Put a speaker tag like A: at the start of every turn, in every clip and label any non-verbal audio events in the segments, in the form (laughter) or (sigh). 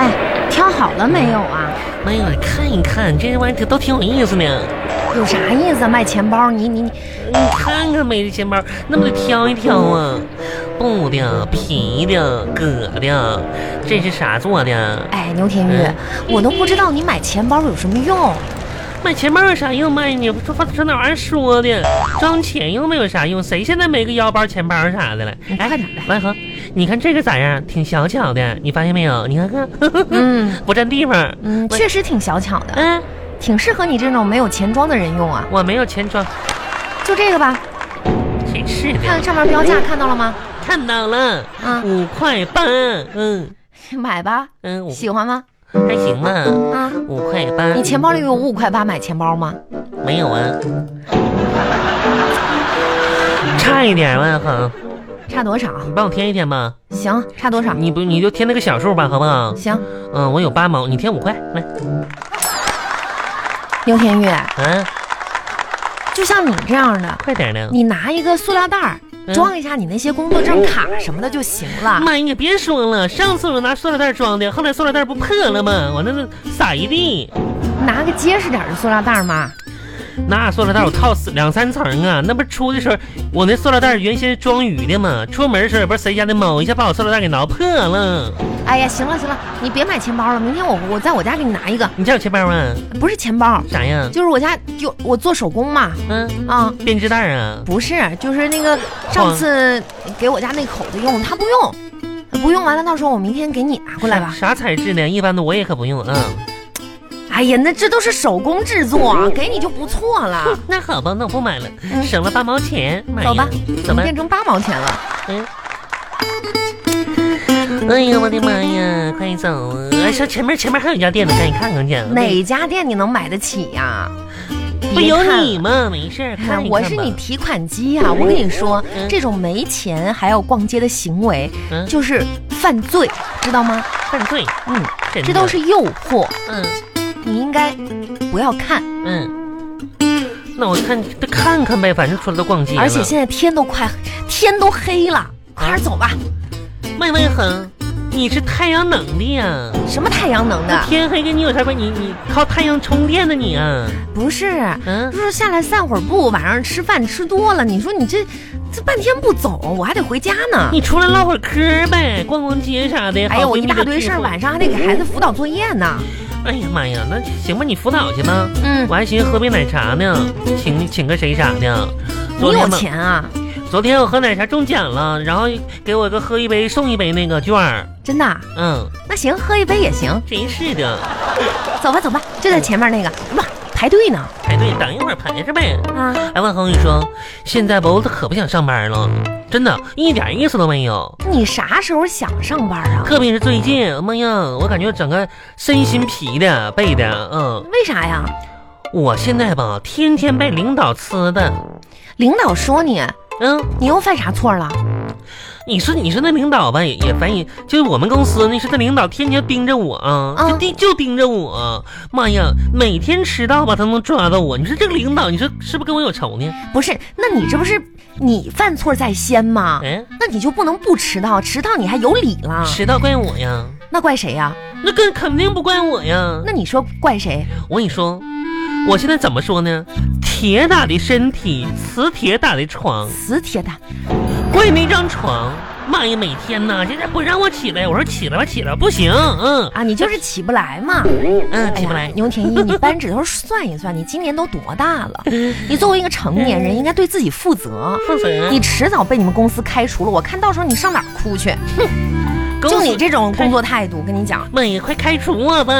A: 哎了没有啊？
B: 妈呀，看一看，这玩意儿都挺有意思呢。
A: 有啥意思？卖钱包？你你你，
B: 你看看呗，这钱包那么得挑一挑啊，布的、皮的、革的，这是啥做的？
A: 哎，牛天玉，
B: 嗯
A: 我都不知道你买钱包有什么用。
B: 卖钱包有啥用？卖你这发这哪玩意儿说的？装钱又没有啥用，谁现在没个腰包、钱包啥的了？
A: 你
B: 哎
A: 快点来，
B: 万恒，你看这个咋样？挺小巧的，你发现没有？你看看，
A: 嗯
B: 不占地方。
A: 嗯，确实挺小巧的，
B: 嗯，
A: 挺适合你这种没有钱装的人用啊。
B: 我没有钱装，
A: 就这个吧，
B: 真是
A: 看
B: 的。
A: 上面标价，看到了吗？
B: 看到了，
A: 啊
B: 五块半，嗯
A: 买吧，
B: 嗯，五
A: 喜欢吗？
B: 还行吧，
A: 啊，
B: 五块八。
A: 你钱包里有五块八买钱包吗？
B: 没有啊？差一点万恒，
A: 差多少？
B: 你帮我添一添吧。
A: 行，差多少？
B: 你不你就添那个小数吧，好不好？
A: 行，
B: 嗯，我有八毛，你添五块来。
A: 牛天玉，
B: 啊，
A: 就像你这样的，
B: 快点的。
A: 你拿一个塑料袋儿
B: 嗯
A: 装一下你那些工作证卡什么的就行了。
B: 妈呀，别说了，上次我拿塑料袋装的，后来塑料袋不破了吗？我那那撒一地，
A: 拿个结实点儿的塑料袋儿嘛。
B: 那塑料袋我套死两三层啊。那不出的时候，我那塑料袋原先装鱼的嘛，出门的时候也不知道谁家的猫一下把我塑料袋给挠破了。
A: 哎呀，行了行了，你别买钱包了，明天我我在我家给你拿一个，
B: 你家有钱包啊？
A: 不是钱包，
B: 啥呀？
A: 就是我家有我做手工嘛，
B: 嗯，
A: 啊、
B: 编织袋啊？
A: 不是，就是那个
B: 嗯
A: 上次给我家那口子用，他不用，不用完了，到时候我明天给你拿过来吧。
B: 啥材质的？一般的我也可不用啊。
A: 哎呀，那这都是手工制作，啊给你就不错了，
B: 啊那好吧，那我不买了，
A: 嗯
B: 省了八毛钱。妈呀
A: 走吧，
B: 走吧。
A: 变成八毛钱了。
B: 嗯。哎呀，我的妈呀！快走啊！哎，上前面前面还有一家店呢，赶紧看看去。
A: 哪家店你能买得起呀、
B: 不
A: 别
B: 有
A: 看
B: 你吗？没事儿，看一看吧
A: 啊我是你提款机呀、我跟你说
B: 嗯，
A: 这种没钱还要逛街的行为
B: 嗯，
A: 就是犯罪，知道吗？
B: 犯罪，
A: 嗯，
B: 真的
A: 这都是诱惑，
B: 嗯
A: 你应该不要看。
B: 嗯。那我看看看呗，反正出来都逛街了。
A: 而且现在天都快天都黑了，快点走吧。
B: 麦麦恒，你是太阳能的呀？
A: 什么太阳能的？
B: 天黑跟你有啥关系？你你靠太阳充电的你啊？
A: 不是，
B: 嗯
A: 就。是下来散会儿步，晚上吃饭吃多了，你说你这这半天不走，我还得回家呢。
B: 你出来唠会儿嗑呗，逛逛街啥的。
A: 哎呀，
B: 好
A: 我
B: 闺
A: 一
B: 蜜
A: 大
B: 的
A: 堆
B: 聚
A: 事儿，
B: 会
A: 晚上还得给孩子辅导作业呢。
B: 哎呀妈呀，那行吧，你辅导去吧。
A: 嗯
B: 我，还寻思喝杯奶茶呢，请请个谁啥呢？
A: 你
B: 昨
A: 有
B: 天吧，
A: 钱啊？
B: 昨天我喝奶茶中奖了，然后给我个喝一杯送一杯那个券儿。
A: 真的啊？
B: 嗯，
A: 那行，喝一杯也行。
B: 真是的，
A: 走吧，走吧，就在前面那个，哇，排队呢
B: 排队哎等一会儿排着呗。
A: 啊！
B: 哎，万恒，你说现在吧，我可不想上班了，真的，一点意思都没有。
A: 你啥时候想上班啊？
B: 特别是最近，妈呀，我感觉整个身心疲的背的，嗯，
A: 为啥呀？
B: 我现在吧，天天被领导呲的，
A: 领导说你，
B: 嗯。
A: 你又犯啥错了？
B: 你说你说那领导吧，也也烦人，就是我们公司那是那领导天天盯着我啊，
A: 嗯
B: 就盯就盯着我，妈呀，每天迟到吧，他能抓到我。你说这个领导，你说是不是跟我有仇呢？
A: 不是，那你这不是你犯错在先吗？
B: 嗯、
A: 那你就不能不迟到，迟到你还有理了？
B: 迟到怪我呀，
A: 那怪谁呀、
B: 那更肯定不怪我呀。
A: 那你说怪谁？
B: 我跟你说，我现在怎么说呢？铁打的身体，磁铁打的床，
A: 磁铁的，
B: 怪那张床。妈呀，每天呐，现在不让我起来，我说起来吧，起来吧不行，嗯
A: 啊，你就是起不来
B: (laughs)
A: 嘛。
B: 嗯，起不
A: 哎
B: 来
A: 呀。牛田一，你
B: (laughs)
A: 扳指头算一算，你今年都多大了？你作为一个成年人，应该对自己负责。
B: 负责
A: 你迟早被你们公司开除了，我看到时候你上哪儿哭去？
B: 公
A: 就
B: 司
A: 你这种工作态度，跟你讲，
B: 妈呀，快开除我吧！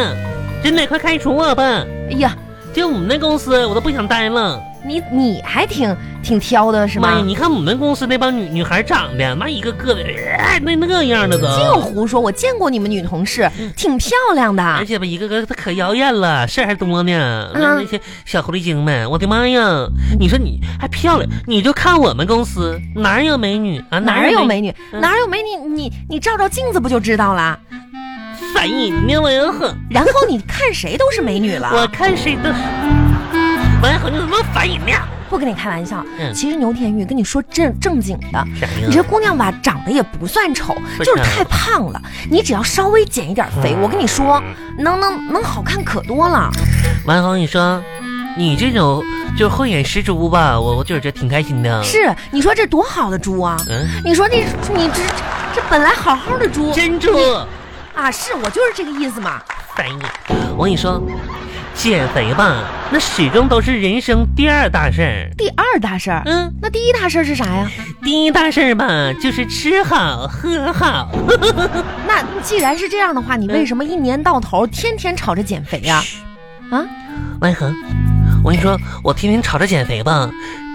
B: 真的，快开除我吧！
A: 哎呀，
B: 就我们那公司，我都不想待了。
A: 你你还挺挺挑的是
B: 妈呀，
A: 吗？
B: 你看我们公司那帮女女孩长得，那一个个的，哎那那样的
A: 净
B: 都，
A: 胡说！我见过你们女同事，挺漂亮
B: 嗯而
A: 的。
B: 且吧，一个个她可妖艳了，事儿还多呢。那
A: 嗯
B: 那些小狐狸精们，我的妈呀！你说你还漂亮，你就看我们公司哪有美女啊？
A: 哪儿有美女？
B: 嗯
A: 哪儿有美女？你你照照镜子不就知道啦？
B: 烦人呢？我要很，
A: 然
B: 嗯
A: 后你看谁都是美女了。
B: 我看谁都，我要很，你怎么那么烦人呢？
A: 不跟你开玩笑，
B: 嗯
A: 其实牛田玉跟你说正正经的，
B: 啥
A: 你这
B: 呀？
A: 姑娘吧，长得也不算丑，
B: 不嗯
A: 就是
B: 丑
A: 太胖了。你只要稍微减一点肥，我跟你说，能能能好看可多了。
B: 蛮好，你说，你这种就是慧眼识珠吧，我我就是觉得挺开心的。，
A: 是，你说这多好的猪啊！
B: 嗯，
A: 你说这你这这本来好好的猪
B: 珍珠，
A: 啊，是我就是这个意思嘛。
B: 烦你！我跟你说，减肥吧，那始终都是人生第二大事儿。
A: 第二大事儿，
B: 嗯，
A: 那第一大事儿是啥呀？
B: 第一大事儿吧，就是吃好喝好。
A: 那既然是这样的话，你为什么一年到头天天吵着减肥呀、啊？
B: 万恒，我跟你说，我天天吵着减肥吧，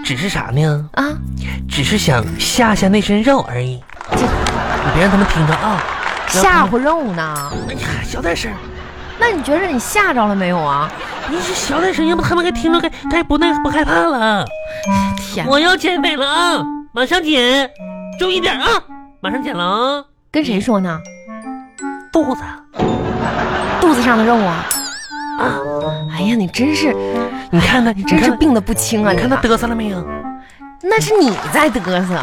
B: 只是啥呢？
A: 啊
B: 只是想下下那身肉而已。
A: 这
B: 你别让他们听着啊！然后
A: 吓唬肉呢？
B: 哎呀，小点声儿！
A: 那你觉着你吓着了没有啊？
B: 你是小点声，要不他们该听着该该不那不害怕了。
A: 天，
B: 我要减肥了啊，马上减，注意点啊，马上减了啊！
A: 跟谁说呢？
B: 肚子
A: 肚子上的肉啊！
B: 啊，
A: 哎呀，你真是，
B: 你看他，
A: 你真
B: 看
A: 是
B: 他，
A: 病得不轻啊！
B: 你看他
A: 啊
B: 嘚瑟了没有？
A: 那是你在嘚瑟，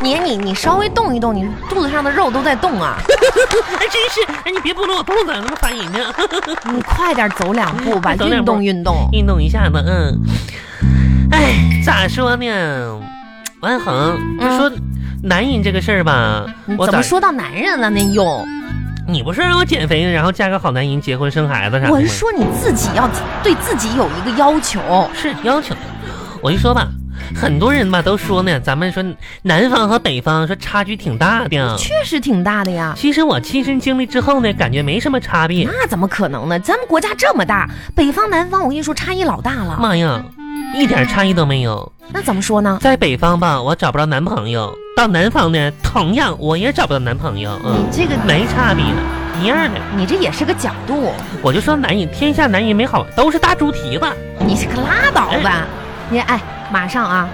A: 你你你稍微动一动，你肚子上的肉都在动
B: (laughs)
A: 啊！
B: 哎，真是，哎，你别拨弄我肚子，那么烦人呢。哎
A: 你快点走两步吧，
B: 走两
A: 运
B: 步
A: 动运动。
B: 运动一下子，嗯。哎，咋说呢？万恒，就
A: 嗯
B: 说男人这个事儿吧，
A: 你
B: 我
A: 怎
B: 咋
A: 么？说到男人了呢？又，
B: 你不是让我减肥，然后嫁个好男人，结婚生孩子啥的
A: 我
B: 吗
A: 是？说你自己要对自己有一个要求。
B: 是要求。我就说吧，很多人吧都说呢，咱们说南方和北方说差距挺大的。
A: 确实挺大的呀。
B: 其实我亲身经历之后呢，感觉没什么差别。
A: 那怎么可能呢？咱们国家这么大，北方南方，我跟你说差异老大了。
B: 妈呀，一点差异都没有。
A: 那怎么说呢？
B: 在北方吧，我找不着男朋友；到南方呢，同样我也找不到男朋友。嗯
A: 你，这个
B: 没差别，一样的。
A: 你这也是个角度，
B: 我就说男人，天下男人没好，都是大猪蹄子。
A: 你可拉倒吧。你哎，马上啊，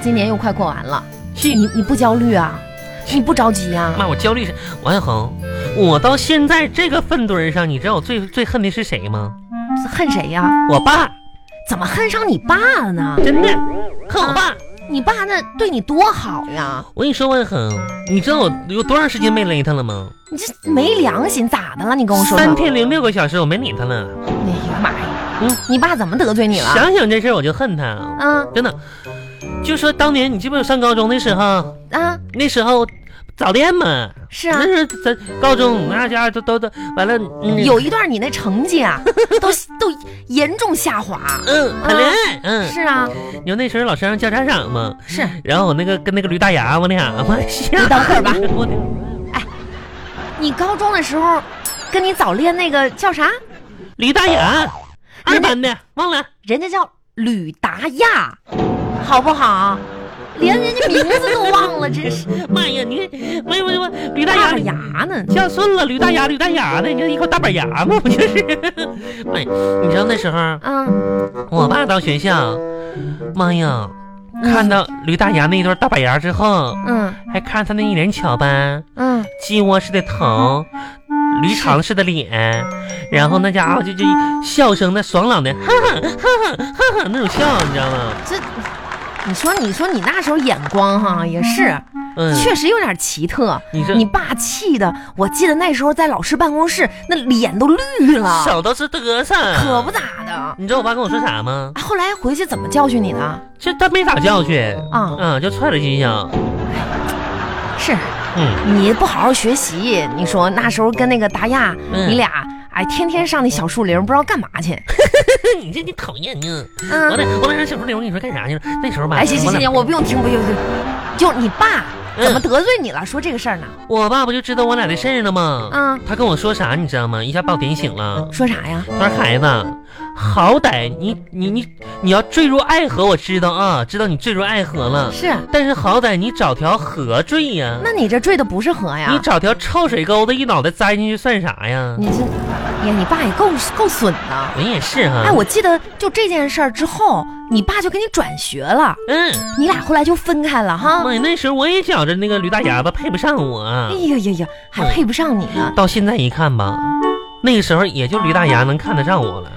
A: 今年又快过完了，
B: 是
A: 你你不焦虑啊？
B: 哎
A: 你不着急啊？
B: 妈，我焦虑是王小红，我到现在这个粪堆儿上，你知道我最最恨的是谁吗？
A: 恨谁呀、
B: 我爸，
A: 怎么恨上你爸了呢？啊
B: 真的
A: 嗯
B: 恨我爸。
A: 你爸那对你多好呀！
B: 我跟你说，万恒，你知道我有多长时间没勒他了吗？
A: 你这没良心咋的了？你跟我说说。
B: 三天零六个小时，我没理他了。
A: 哎呀妈呀！
B: 嗯
A: 你爸怎么得罪你了？
B: 想想这事儿，我就恨他，
A: 啊
B: 真的。就说当年你记不记得我上高中的时候，
A: 啊，
B: 那时候早恋嘛，
A: 是啊。
B: 那是咱高中那家伙都都都完了，嗯
A: 有一段你那成绩
B: (laughs)
A: 啊，都都严重下滑。
B: 嗯谈恋爱，嗯，
A: 是啊，
B: 你说那时候老师让叫家长嘛，
A: 是。
B: 然后我那个跟那个驴大牙，我俩我吓
A: 你等会儿吧
B: (laughs) 我的
A: 你高中的时候，跟你早恋那个叫啥？
B: 驴大牙，
A: 那
B: 二班的忘了，
A: 人家叫吕达亚，好不好？连人家名字都忘
B: (laughs)
A: 了，真是
B: 妈呀，你我我我驴大
A: 大
B: 牙
A: 牙呢。
B: 叫顺了，驴大牙驴大牙的，你这一口大板牙嘛，不 (laughs) 就是？妈呀，哎你知道那时候
A: 嗯，
B: 我爸到学校，妈呀，看到驴大牙那一对大板牙之后，
A: 嗯
B: 还看他那一脸巧吧。
A: 嗯，
B: 鸡窝似的头，驴肠似的脸，然后那家伙就就笑声那爽朗的，哈哈哈哈哈哈那种笑，你知道吗？
A: 这你说你说你那时候眼光哈也是，
B: 嗯，
A: 确实有点奇特。
B: 你这
A: 你爸气的，我记得那时候在老师办公室，那脸都绿了，
B: 手都是嘚瑟，
A: 可不。咋的。
B: 你知道我爸跟我说啥吗？
A: 后来回去怎么教训你的？
B: 这他没咋教训，
A: 啊
B: 嗯，就踹了几脚，
A: 是
B: 嗯，
A: 你不好好学习，你说那时候跟那个达亚，
B: 嗯
A: 你俩哎天天上那小树林，不知道干嘛去。
B: (laughs) 你这你讨厌呢。我
A: 嗯，
B: 得我得让小树林，我跟你说干啥去了？那时候吧，
A: 哎行行
B: 我
A: 行
B: 俩
A: 行，我不用听，不用听，就你爸
B: 嗯
A: 怎么得罪你了？说这个事儿呢？
B: 我爸不就知道我俩的事儿了吗？
A: 嗯，
B: 他跟我说啥你知道吗？一下把我点醒了。
A: 说啥呀？
B: 他说：“孩子，好歹你你你你要坠入爱河，我知道啊，知道你坠入爱河了。
A: 是，
B: 但是好歹你找条河坠呀、
A: 那你这坠的不是河
B: 你
A: 呀？
B: 找条臭水沟子一脑袋栽进去算啥呀？
A: 你这，哎呀，你爸也够够损的。
B: 我也是哈、
A: 哎，我记得就这件事儿之后，你爸就给你转学了，
B: 嗯，
A: 你俩后来就分开了哈。
B: 妈呀，那时候我也觉着那个驴大牙吧配不上我啊
A: 哎，呀呀呀，还配不上你呢。啊
B: 到现在一看吧，那个时候也就驴大牙能看得上我了。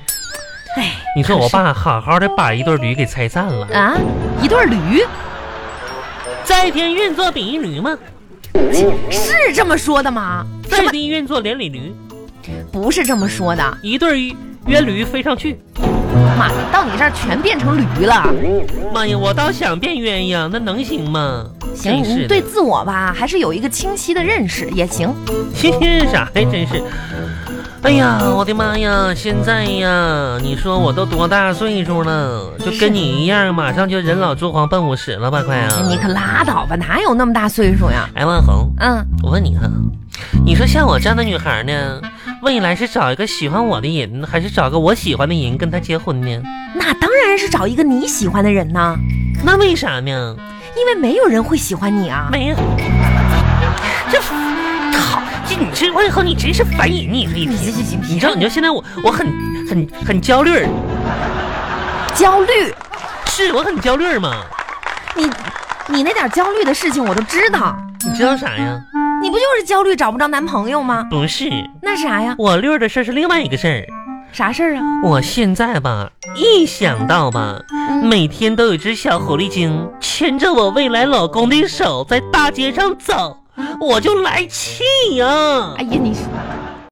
A: 哎，
B: 你说我爸好好的把一对驴给拆散了，
A: 啊，一对驴
B: 在天愿作比翼驴嘛，
A: 是这么说的吗？
B: 在地愿作连理驴，
A: 不是这么说的，
B: 一对约驴飞上去。
A: 妈呀，到你这儿全变成驴了。
B: 妈呀，我倒想变鸳鸯，那能行吗？
A: 行，
B: 真是
A: 你
B: 的
A: 对自我吧还是有一个清晰的认识也行。
B: 今 (laughs) 天啥呀？真是，哎呀，我的妈呀！现在呀，你说我都多大岁数了，就跟你一样，马上就人老珠黄奔五十了吧？快啊！
A: 你可拉倒吧，哪有那么大岁数呀？
B: 哎，万红，
A: 嗯，
B: 我问你哈，你说像我这样的女孩呢，未来是找一个喜欢我的人，还是找个我喜欢的人跟他结婚呢？
A: 那当然是找一个你喜欢的人呐，
B: 那为啥呢？
A: 因为没有人会喜欢你啊。
B: 没有，这讨这你这万红，你真是烦人！你这一
A: 你
B: 天
A: 这这这
B: 你知道，你知道现在我我很很很焦虑儿。
A: 焦虑，
B: 是我很焦虑儿嘛？
A: 你你那点焦虑的事情我都知道，
B: 你知道啥呀？
A: 你不就是焦虑找不着男朋友吗？
B: 不是，
A: 那啥呀？
B: 我虑儿的事儿是另外一个事儿。
A: 啥事儿啊？
B: 我现在吧，一想到吧，每天都有只小狐狸精牵着我未来老公的手在大街上走，我就来气呀、
A: 哎呀，你